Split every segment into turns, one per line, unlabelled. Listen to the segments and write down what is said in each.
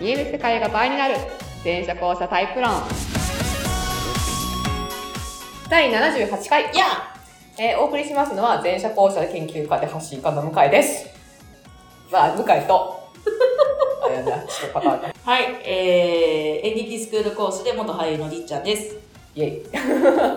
見える世界が倍になる全社交差タイプ論第78回
いや
えーお送りしますのは前者後者研究家で発信家の向井です。まあ、向井と。あれだな、ちょっとパターンだ。
はい、えー、演劇スクールコースで元俳優のりっちゃんです。
イェイ。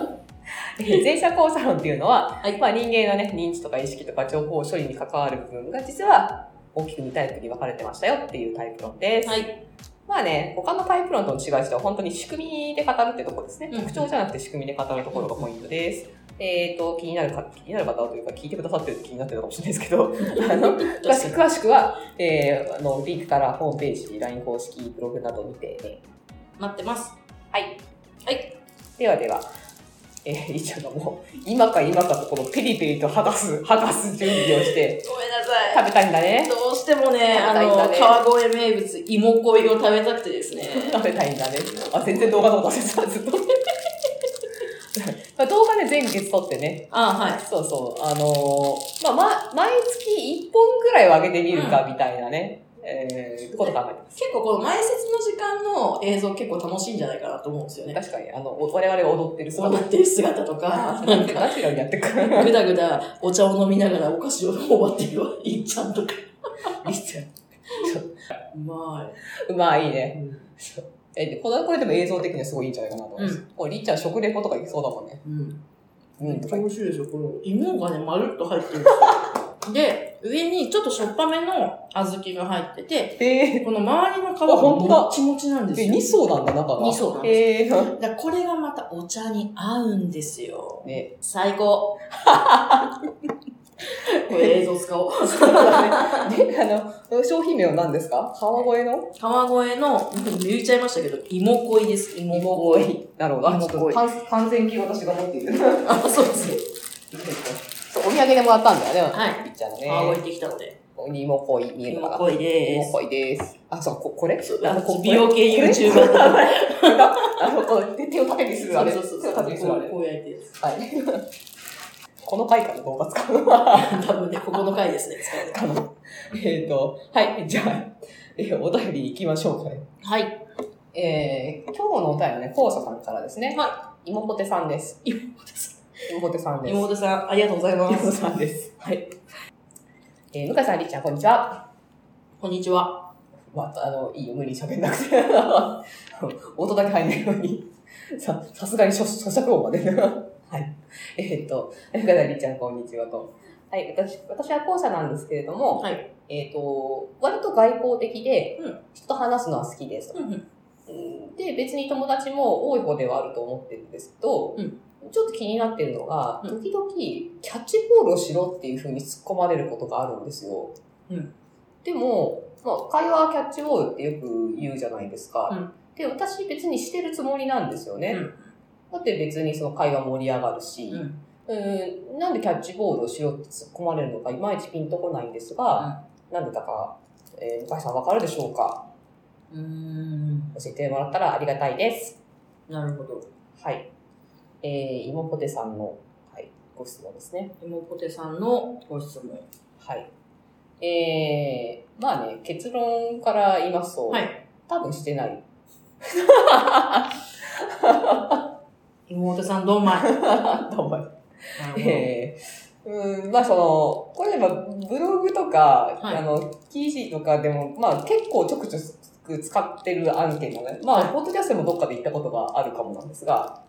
えー前者後者論っていうのは、
はい
まあ、人間のね、認知とか意識とか情報処理に関わる部分が実は大きく2タイプに分かれてましたよっていうタイプ論です。
はい。
まあね、他のタイプ論との違いとしては本当に仕組みで語るってとこですね。
うん
特徴じゃなくて仕組みで語るところがポイントです。えっ、と、気になるか、気になる方というか聞いてくださってると気になってるかもしれないですけど、あの、詳しく詳しくは、えー、あの、リンクからホームページ、LINE 公式、ブログなど見て、ね、
待ってます。
はい。
はい。
ではでは、えー、りっちゃんがもう、今か今かとこのペリペリと剥がす、剥がす準備をして、
ごめんなさい。
食べたいんだね。
どうしてもね、
食
あ
べたい
の、
んだね
川越名物、芋恋を食べたくてですね。
食べたいんだね。あ、全然動画のこと忘れてた、ずっと。 まあ動画で前月撮ってね、
あはい。
そうそう、あのーまあ、ま、毎月1本ぐらいは上げてみるか、みたいなね、えー、こと考えてます。
結構この前説の時間の映像結構楽しいんじゃないかなと思うんですよ ね。
確かに、あの、お我々が踊ってる
踊ってる姿とか、なんか、
ナチュラルにやってくる。
ぐだぐだお茶を飲みながらお菓子を頬張ってるわ、りっちゃんとか。
いいっすよ
うま
まあ、いいね。
い。
そうえ、でこれこれでも映像的にはすごいいいんじゃないかなと思います。これ、りっちゃん食レポとかいきそうだもんね。
うん。
うん、とか
美
言って。
味しいですよ、これ。芋がね、まるっと入ってるんですよ。 で、上にちょっとしょっぱめの小豆が入ってて、
え
この周りの皮が
あほんとだ
もっちもちなん
ー、
です
で
よ。
2層なんだ、中が。
二層なん
え
で
ー、
だからこれがまたお茶に合うんですよ。
ね。
最高。これ映像使おう。
そうだね。で、あの、商品名は何ですか川越の
川越の、言っちゃいましたけど、芋恋です。芋
芋
恋。
い。なるほど。あちょっ
芋
と
恋
完完全に私が持っている。
あ、そうですね。
そうお土産でもらったんだよね。
はい
りっちゃんの
川越
ね。
行ってきたので、
芋恋、見える
芋
かな。
恋で
芋
す。
恋です。あ、そう、ここれあのこ
美容系
これ
YouTuber とか。
あの、こう手を縦にするあれ。
そうそう
手を
そう。
縦にするあれ。
こうやってです。
はい。 この回から動画使うのは、
多分ね、ここの回ですね、使うの
か な。えっ、と、はい、じゃあ、えーお便り行きましょうかね。
はい。
えー、今日のお便りはね、校舎さんからですね。
は
妹ポテさんです。
妹さ
妹ポテさん
ん。
です。
妹さん、ありがとうございま
妹 ポテ
す。
さんです。はい。えー、向井さん、りっちゃん、こんにちは。
こんにちは。
まあ、あの、いいよ、無理に喋んなくて。 音だけ入んないように。 さ、さすがに咀咀嚼音まで。 はい。えーっ、と、深田りっちゃん、こんにちはと。はい、私、私は校舎なんですけれども、
はい。
えーっ、と、割と外交的で
うん、
人と話すのは好きですと。うんで、別に友達も多い方ではあると思ってるんですけど、
うん
ちょっと気になってるのが、
うん
時々キャッチボールをしろっていう風に突っ込まれることがあるんですよ。
うん
でも、まあ、会話はキャッチボールってよく言うじゃないですか。
うん
で、私別にしてるつもりなんですよね。
うん
だって別にその会話盛り上がるし、
うん
うんなんでキャッチボールをしろって突っ込まれるのかいまいちピンとこないんですが、なんでだか、えー、向井さんわかるでしょうか
うーん。
教えてもらったらありがたいです。
なるほど。
はい。えー、芋ポテさんの、はい、ご質問ですね。
もこてさんのご質問。
はい。えー、まあね、結論から言いますと、
はい。
多分してない。
妹さん、ど んまい。
どうも。
なる
えー、うん、まあその、これやっぱブログとか、
はい
あの、記事とかでも、まあ結構ちょくちょく使ってる案件なので、まあ、ポッドキャストでもどっかで言ったことがあるかもなんですが、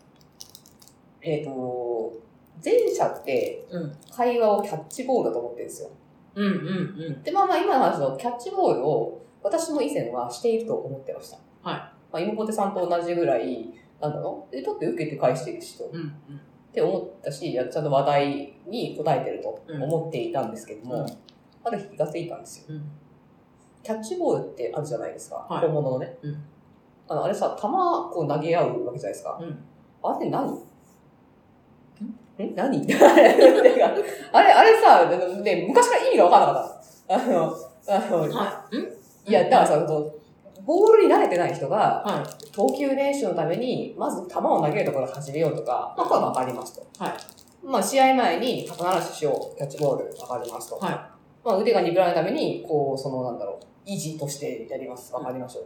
えっ、と、前者って
ほど。うん。
会話をキャッチボールだと思ってるんですよ。
うんうんうん。
で、まあまあ今の話のキャッチボールを私も以前はしていると思ってました。
はい
まあ、妹さんと同じぐらい、なんだろうえ、取って受けて返してるしと。っ
うん
て思ったし、やっちゃんの話題に答えてると
うん
思っていたんですけども、
うん
ある日気がついたんですよ。
うん。うん。
キャッチボールってあるじゃないですか。
はい
本物のね。
うん
あの、あれさ、球こう投げ合うわけじゃないですか。
うん。
あれ何ん何 あれ、あれさ、あのね、昔から意味がわからなかった。あの、あの、
はい。ん
いや、だからさ、そのボールに慣れてない人が、
はい。
投球練習のために、まず球を投げるところから始めようとか、まあ、これはわかりますと。
はい
まあ、試合前に肩慣らししよう、キャッチボール、わかりますと。
はい
まあ、腕が鈍らないために、こう、その、なんだろう、維持としてやります、わかりましょう。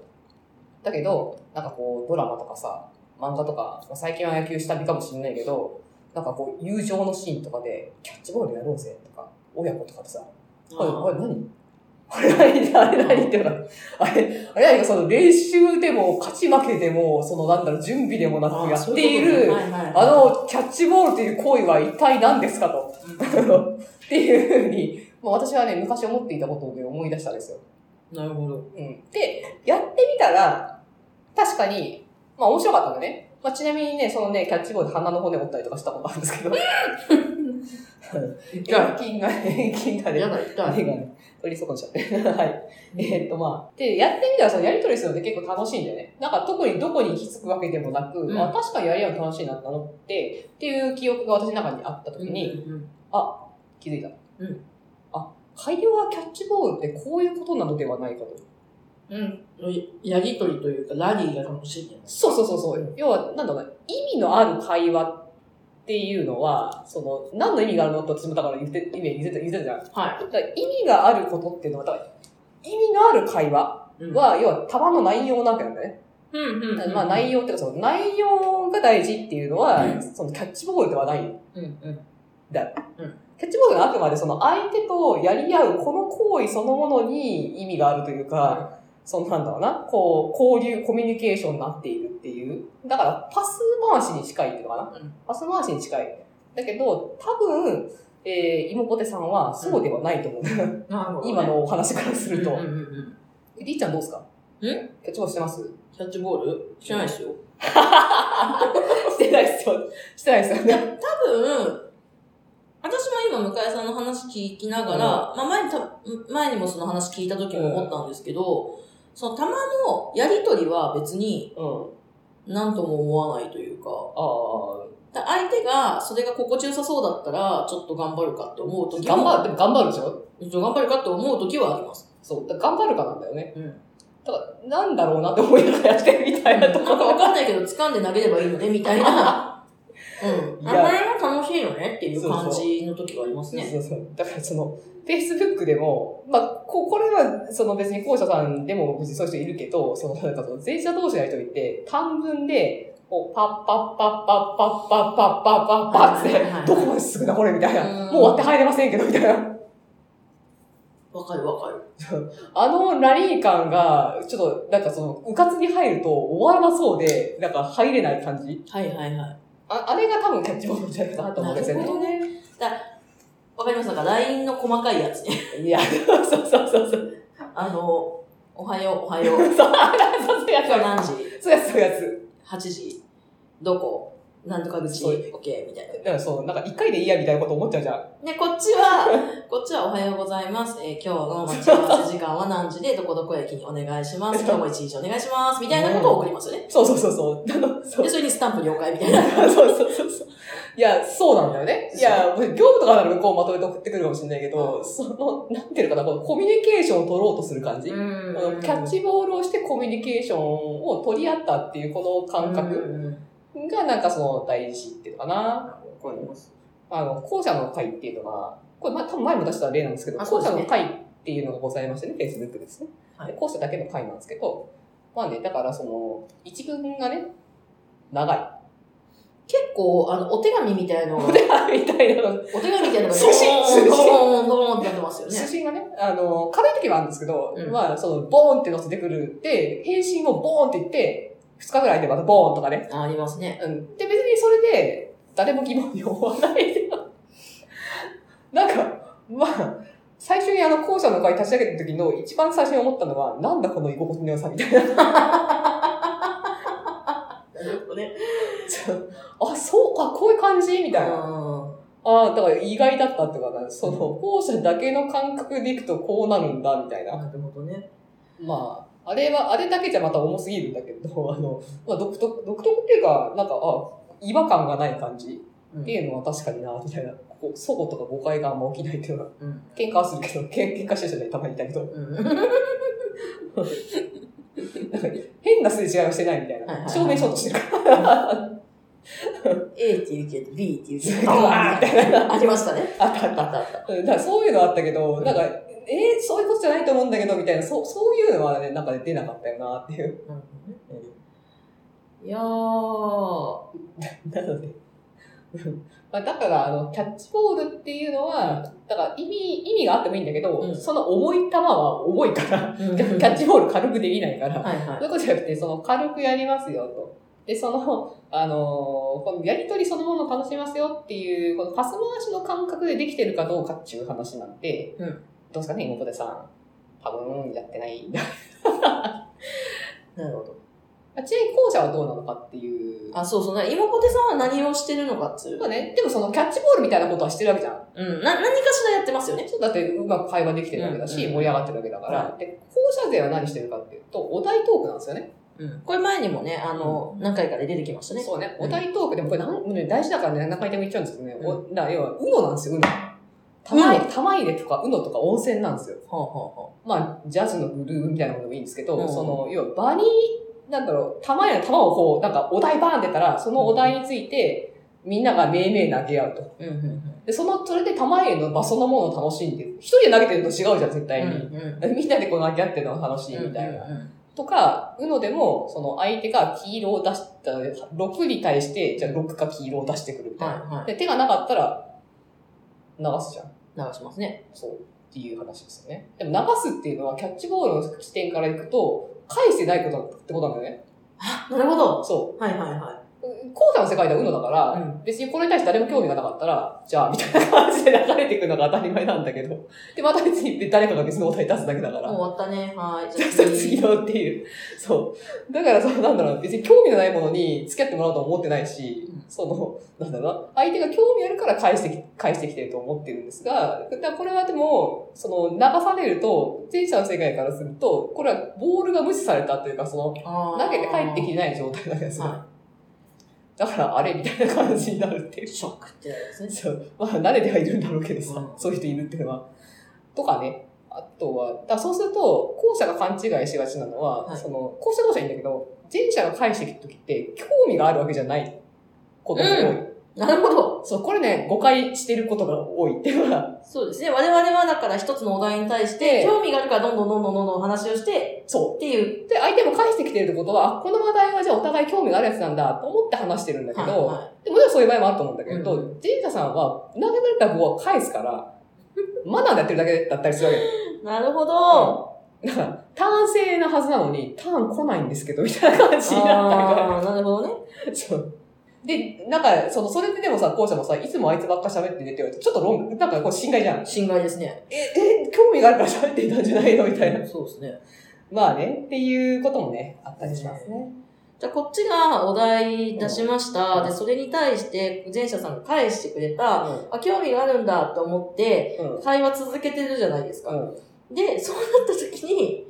だけど、なんかこう、ドラマとかさ、漫画とか、まあ最近は野球下火かもしれないけど、なんかこう、友情のシーンとかで、キャッチボールやろうぜとか、親子とかでさ、はい、
あ
はい、何 あれ何あれ何ってか、あれ、あれ何かその練習でも勝ち負けでも、そのなんだろう、準備でもな
あ
く
あ
やっている、
そううことねはいはい
あの、キャッチボールという行為は一体何ですかと。 っていうふうに、まあ、私はね、昔思っていたことを、ね、思い出したんですよ。
うんなるほど。
うん、で、やってみたら、確かに、まあ面白かったのね。まあ、ちなみにね、そのね、キャッチボールで鼻の骨折ったりとかしたことあるんですけど、
痛
遠近がね、遠近が
い。
ね
や、だ、痛
骨
い。
がね、 取り損じゃって。 はい。え
え
ーっとまあ、で、やってみたらそのやりとりするのって結構楽しいんだよね。なんか特にどこに行き着くわけでもなく、
うん
まあ確かにやり合うの楽しいなって思って、っていう記憶が私の中にあった時に、あ、気づいた。
うん。
あ、会話キャッチボールってこういうことなのではないかと。
うん。やりとりというか、ラリーが楽しいんじゃない
そうそうそうそう。要は、なんだろうな、意味のある会話っていうのは、その、何の意味があるのって私もだから言って、意味言ってた、言ってたじゃん。だ
は
から意味があることっていうのは、だから意味のある会話
い。うん、
は、要は、束の内容なわけなんだよね。
うんうんうん。
まあ、内容っていうか、その、内容が大事っていうのは、
うん
その、キャッチボールではない。
うんうん。
キャッチボールがあくまでその相手とやり合うこの行為そのものに意味があるというか、そのなんだろうな、こう、交流、コミュニケーションになっているっていう。だから、パス回しに近いっていうのかな、
うん
パス回しに近い。だけど、多分、えー、イモポテさんはそうではないと思う。
なるほどね
今のお話からすると。
うんうんうんうん
りーちゃんどうですかキャッチボールしてます
キャッチボールしてないですよ。
してないっすよ。してないっすよね。
多分、私も今、向井さんの話聞きながら、まあ前にた、前にもその話聞いた時も思ったんですけど、その球のやりとりは別に
うん。
何とも思わないという
あ
か、
あ。
だ相手がそれが心地よさそうだったら、ちょっと頑張るかって思う時
頑
も、
張る、でも頑張るでしょ
ちょっと頑張るかって思う時はあります。
そう。だから頑張るかなんだよね。
うん。
だから、なんだろうなって思いながらやってるみたい
な
なんと
か
こ
わ
ろが。
かんないけど、掴んで投げればいいので、みたいな。うん。
い
あ、
や
これも楽しいよねっていう感じの時はありますね。
そうそう。だからその、Facebook でも、まあ、こ、これは、その別に校舎さんでも別にそういう人いるけど、その、なんかその、前者同士のやりとりって、短文で、こう、パッパッパッパッパッパッパッパッパッパッっ
はいはいはいは
て、
い
どこまで進むなこれみたいな。
うん
もう終わって入れませんけど、みたいな。
わかるわかる。
あのラリー感が、ちょっと、なんかその、うかつに入ると終わらなそうで、なんか入れない感じ。
はいはいはい。
あ、あれが多分キャッチボールじゃないかなと思うんですよね。
ね。だわかりますなんか LINE の細かいやつね。
いや、そうそうそうそう。
あの、おはよう、おはよう。
そう、そうやつ
今日何時
そうやつ、そうやつ。
?8 時どこなんとか口
そう
?OK? みたい
だからそう、なんか一回でいいやみたいなこと思っちゃうじゃん。
な。で、こっち は、こっちはおはようございます。えー今日の待ち合わせ時間は何時で、どこどこ駅にお願いします。今日も一日お願いします。みたいなことを送りますよね。
そうそうそうそう。あの、そう。
で、それにスタンプ了解みたいな。
そうそうそうそう。いや、そうなんだよね。いや、業務とかなら向こうまとめて送ってくるかもしれないけど、その、なんていうのかな、このコミュニケーションを取ろうとする感じ。あのキャッチボールをしてコミュニケーションを取り合ったっていうこの感覚
うんうん
がなんかその大事っていうのかな。あの、校舎の会っていうのが、これ、まあ、多分前も出した例なんですけど、
あそ
校
うで
舎
すね
の会っていうのがございましてね、Facebook ですね。
はい
で校舎だけの会なんですけど、まあね、だからその、一文がね、長い。
結構、あの、お手紙みたいなのが、
みたいなの。
お手紙みたいなのが、
寿司寿司
ドーンドーンドーンってなってますよね。
写真がね、あの、軽い時はあるんですけど、
うん
まあ、その、ボーンって乗せてくるで、返信をボーンって言って、二日ぐらいでまたボーンとかね。
ありますね。
うん。で、別にそれで、誰も疑問に思わないで。なんか、まあ、最初にあの、校舎の会立ち上げた時の一番最初に思ったのは、なんだこの居心地の良さみたいな。
なるほどね。
そうあ、そうか、こういう感じみたいな。
う
ああ、だから意外だったってことかな。その、校舎だけの感覚でいくとこうなるんだ、みたいな。
んなるほどね。
まあ、あれは、あれだけじゃまた重すぎるんだけど、あの、まあ、独特、独特っていうか、なんか、あ、違和感がない感じっていうのは確かにな、みたいな。こう、祖母とか誤解があんま起きないっていうのは、
うん
喧嘩はするけど、けん喧嘩してる人ねたまにいたけど、
うん
なんか変なすれ違いをしてないみたい
はいは
な。
いはい
証明しようとしてるから。
A っていうけど B っていうけ
ド
ど
ーンみ
ありましたね。
あったあった
あったあった。
うんだからそういうのあったけど、なんか、え、そういうことじゃないと思うんだけど、みたいな、そう、そういうのはね、なんかね出なかったよな、っていう。
なるほどね。いやー、
なので。うんまあ、だから、あの、キャッチボールっていうのは、だから意味、意味があってもいいんだけど、
うん
その重い球は重いから、
キャ
キャッチボール軽くできないから、
はいは
そういうことじゃなくて、その軽くやりますよと。で、その、 あのーこのやりとりそのものを楽しみますよっていう、このパス回しの感覚でできてるかどうかっていう話なんで、
うん
どうですかね、妹でさん。多分、やって ない。
い。なるほど。
あちなみに後者はどうなのかっていう。
あ、そうそう。な今ポテさんは何をしてるのかっつう
そう。ね。でもそのキャッチボールみたいなことはしてるわけじゃん。
うん。な、何かしらやってますよね。
そうだってうまく会話できてるわけだし、
うんうん
盛り上がってるわけだから。
は
で、後者勢は何してるかっていうと、お題トークなんですよね。
うん。これ前にもね、あの、何回かで出てきましたね。
そうね。
うん
お題トーク、でもこれなん、ね、大事だからね、何回でも言っちゃうんですけどね。
うん
おだから要は、うのなんですよ、うの。玉
う
入玉入れとか、うのとか温泉なんですよ。
ほうほ
まあ、ジャズのグルーヴみたいなものでもいいんですけど、
うん
その、要は場に、なんだろう、玉や玉をこう、なんかお題バーンってたら、そのお題について、みんながめいめい投げ合うと。
うほう。うんうんうん。
で、その、それで玉入れの場そのものを楽しんでる。一人で投げてると違うじゃん、絶対に。
うんうん
みんなでこう投げ合ってるのが楽しいみたいな。
うんうん
とか、うのでも、その相手が黄色を出した、6に対して、じゃあ6か黄色を出してくるみたいな。
はいはい。
で、手がなかったら、流すじゃん。
流しますね。
そう。っていう話ですよね。でも流すっていうのは、キャッチボールの視点からいくと、返してないことってことなんだよね。
あ、なるほど。
そ
はいはいは
う。後者の世界ではうのだから、
い。うん。
別にこれに対して誰も興味がなかったら、じゃあ、みたいな感じで流れていくのが当たり前なんだけど。で、また別に誰かが別のお題出すだけだから。
もう終わったね。はい。 じ
じ
ゃ
ゃ
あ
あ次
は
のっていう。そう。だから、その、なんだろう、別に興味のないものに付き合ってもらおうとは思ってないし、
うん
その、なんだろうな、相手が興味あるから返してき、返してきてると思ってるんですが、だからこれはでも、その、流されると、前者の世界からすると、これはボールが無視されたというか、その、投げて帰ってきてない状態なんですよ。
は
だから、あれみたいな感じになるっていう
い。。ショックってなりますね。
そう。まあ、慣れてはいるんだろうけどさ、
うん
そういう人いるっていうのは。とかね。あとは、だからそうすると、後者が勘違いしがちなのは、
はい
その、後者後者いいんだけど、前者が返してきた時って、興味があるわけじゃないことが多い。
なるほど。
そう、これね、誤解してることが多いっていうのは、
そうですね。我々はだから一つのお題に対して、
で
興味があるからどんどんどんどんどんどん話をして、
そ
っていう。
う。で、相手も返してきてるってことは、あ、この話題はじゃあお互い興味があるやつなんだと思って話してるんだけど、
はいはい
でもちろんそういう場合もあると思うんだけど、
う
前者さんは投げられた棒は返す から、マナーでやってるだけだったりするわけ
なるほど。
なんか、ターン制なはずなのに、ターン来ないんですけど、みたいな感じになったか
あーなるほどね。
ら。そう。で、なんか、その、それででもさ、校舎もさ、いつもあいつばっか喋ってねって言われて、ちょっとロン、なんかこう、心外じゃん。
侵害ですね。
え、え、興味があるから喋ってたんじゃないのみたいな。
そうですね。
まあね、っていうこともね、あったりしますね。
じゃあこっちがお題出しました。で、それに対して前者さんが返してくれた。
う
あ、興味があるんだと思って、
ん。うん。
会話続けてるじゃないですか。
うん
で、そうなった時に、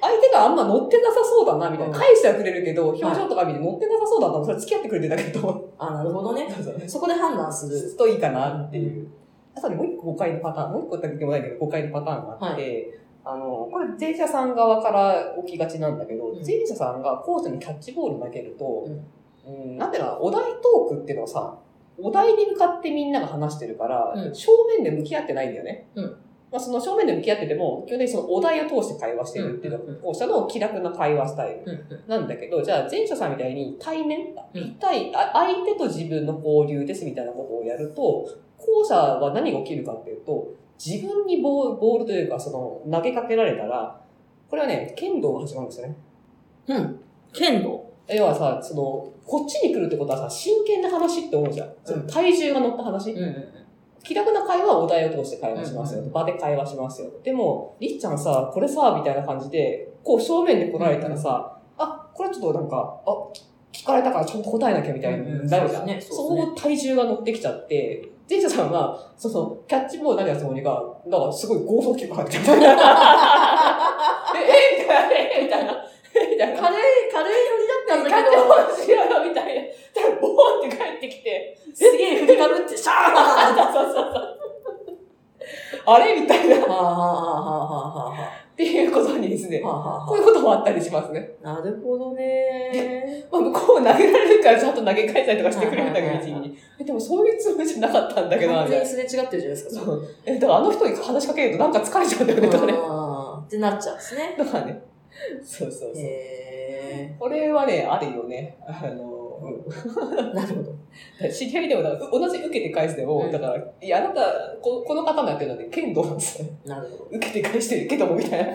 相手があんま乗ってなさそうだな、みたいな。
うん
返してはくれるけど、表情とか見て乗ってなさそうだったら、それ付き合ってくれてるだけだと 思う。
あ、なるほどね。
そうそう
そこで判断す
す
る。
るといいかなっていう。あとね、もう一個誤解のパターン、もう一個だけでもないけど、誤解のパターンがあって、あの、これ前者さん側から起きがちなんだけど、
うん
前者さんが後者にキャッチボール投げると、
うん
うん、なんていうのかな、お題トークっていうのはさ、お題に向かってみんなが話してるから、
うん
正面で向き合ってないんだよね。
うん
まあ、その正面で向き合ってても、基本的にそのお題を通して会話してるっていう
うんうん
の
う
が、後者の気楽な会話スタイル。なんだけど、じゃあ前者さんみたいに対面、
うん
一対、あ相手と自分の交流ですみたいなことをやると、後者は何が起きるかっていうと、自分にボーボールというか、その、投げかけられたら、これはね、剣道が始まるんですよね。
うん。剣道。
要はさ、その、こっちに来るってことはさ、真剣な話って思うじゃん。その体重が乗った話。気楽な会話はお題を通して会話しますよ
うん。
場で会話しますよ。でも、りっちゃんさ、これさ、みたいな感じで、こう正面で来られたらさ、あ、これちょっとなんか、あ、聞かれたからちゃんと答えなきゃみたいになるじゃ
う
ん
んうんそうですね。
そ
そうです
こ
ね
を体重が乗ってきちゃって、前者さんは、その、キャッチボール投げたつもりが、だからすごい剛速球が入っちゃった。 え、えみたいな、えみたいな、えみたいな。
軽い、軽い寄り
キ
だ
ャッ
ったん
チ
だけど。
ボールしろよ、みたいな。じゃあ、ボーンって帰ってきて、
すげえ振りかぶって、シャー
そうそうそうそう。あれみたいな。
はあはあはあはあはあは
っていうことにですね、
はあはあ
こう
は
いうこともあったりしますね。
あなるほどね。
まあ、向こう投げられるからちゃんと投げ返したりとかしてくれるんだけど、
はい
一
はいはい
時に。えでもそういうつもりじゃなかったんだけどな、
完
みたい
全
な
に。すれ違ってるじゃないですか、それ
そう。え、だからあの人に話しかけるとなんか疲れちゃうんだよね、 とかね。
あーってなっちゃうんですね。
だからね。そうそうそう。
へ
これはね、あるよね。あの、うん
ーなるほど。
知り合いでもだから同じ受けて返すでも、
うん
だから、いや、あなた、ここの方なんていうのはね、剣道なんですよ。
なるほど。
受けて返してるけども、みたいな。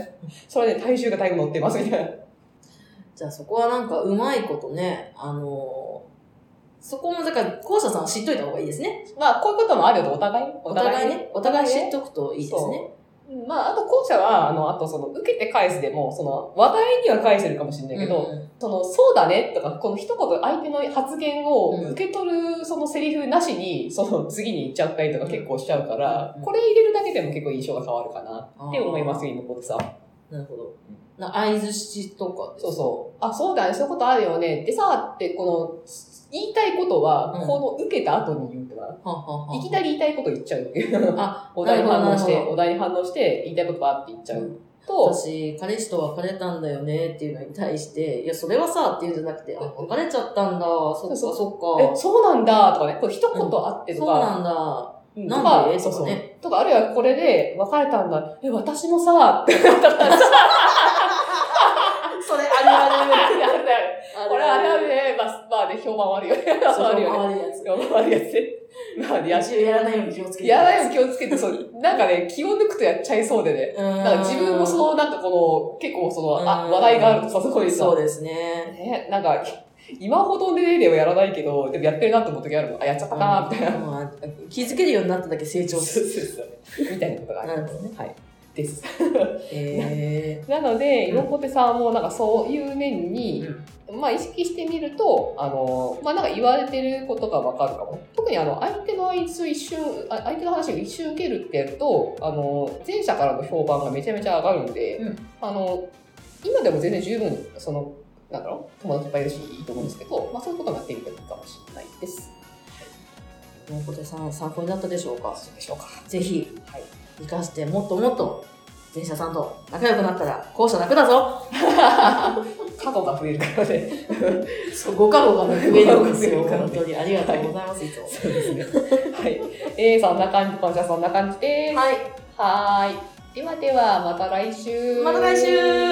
それで体重がだいぶ乗ってます、みたいな。
じゃあそこはなんかうまいことね、あのーそこもだから、校舎さんは知っといた方がいいですね。
まあ、こういうこともあるよと、お互い。
お互い
ね。
ね、お互い知っとくといいです
そう
ね。
うんまあ、あと、後者は、あの、あと、その、受けて返すでも、その、話題には返せるかもしれないけど、
うん
その、そうだねとか、この一言、相手の発言を受け取る、そのセリフなしに、その、次に行っちゃったりとか結構しちゃうから、
うん
これ入れるだけでも結構印象が変わるかな、って思います、今、僕さん。
なるほど。な、合図しとかです
そうそう。あ、そうだね、そういうことあるよね。でさ、って、この、言いたいことは、
うん
この受けた後に言うってな。
はんはんはん
いきなり言いたいこと言っちゃうっていう。
あ、
お題に反応し
な
て、
るほど
お題に反応して、言いたいことばーって言っちゃうと、
私、彼氏と別れたんだよねっていうのに対して、いや、それはさ、っていうんじゃなくて、あ、別れちゃったんだ、そっか
そうえ、
そ
そうなんだとかね、これ一言あっ
っか。
てと
そう
か、
なんだ。
うん
なん
とか
で
そうそう
とかね。
とか、あるいはこれで、別れたんだ。え、私もさ、って。
それ、ある ある。
これあれはね、まあ、まあね、評判悪いよね。
そう、
悪いよね。
悪いやつ。
評判悪いやつね。 まあね、やし、
一応やらないように気をつけて。
やらないよ気をつけて、そう、なんかね、気を抜くとやっちゃいそうでね。
うん。
なんか自分もその、なんかこの、結構その、あ、
うん
話題があるとさ、そこにさ
そ、うですね。
ね、なんか、今ほどね、ではやらないけど、でもやってるなと思う時あるの。あ、やっちゃったなみたいな。
うんうん気づけるようになっただけ成長す
そう
る。
そう そうみたいなことがあ
な
る。
るほどね。
はい。です。
え
なので、色こてさんも、なんかそういう面に、まあ意識してみると、あの、まあなんか言われてることがわかるかも。特にあの、相手のあいつを一瞬、あ相手の話を一瞬受けるってやると、あの、前者からの評判がめちゃめちゃ上がるんで、
うん
あの、今でも全然十分、その、なんだろう、友達いっぱいいるし、いいと思うんですけど、まあそういうこともやってみてもいいかもしれないです。
ー、もう小手さん参考になったでしょうか
そうでしょうか。
ぜひ、
はい
生かしてもっともっと、電車さんと仲良くなったら、校舎楽だぞ
過去が増えるからね。
そう、ご加護がね増えるんですよ。
ご加護が増えるから
本
ね
当にありがとうございます、いつも。
そうですね。はい。えー、そんな感じ、今週はそんな感じです。
はい、
はーい。ではでは、また来週。
また来週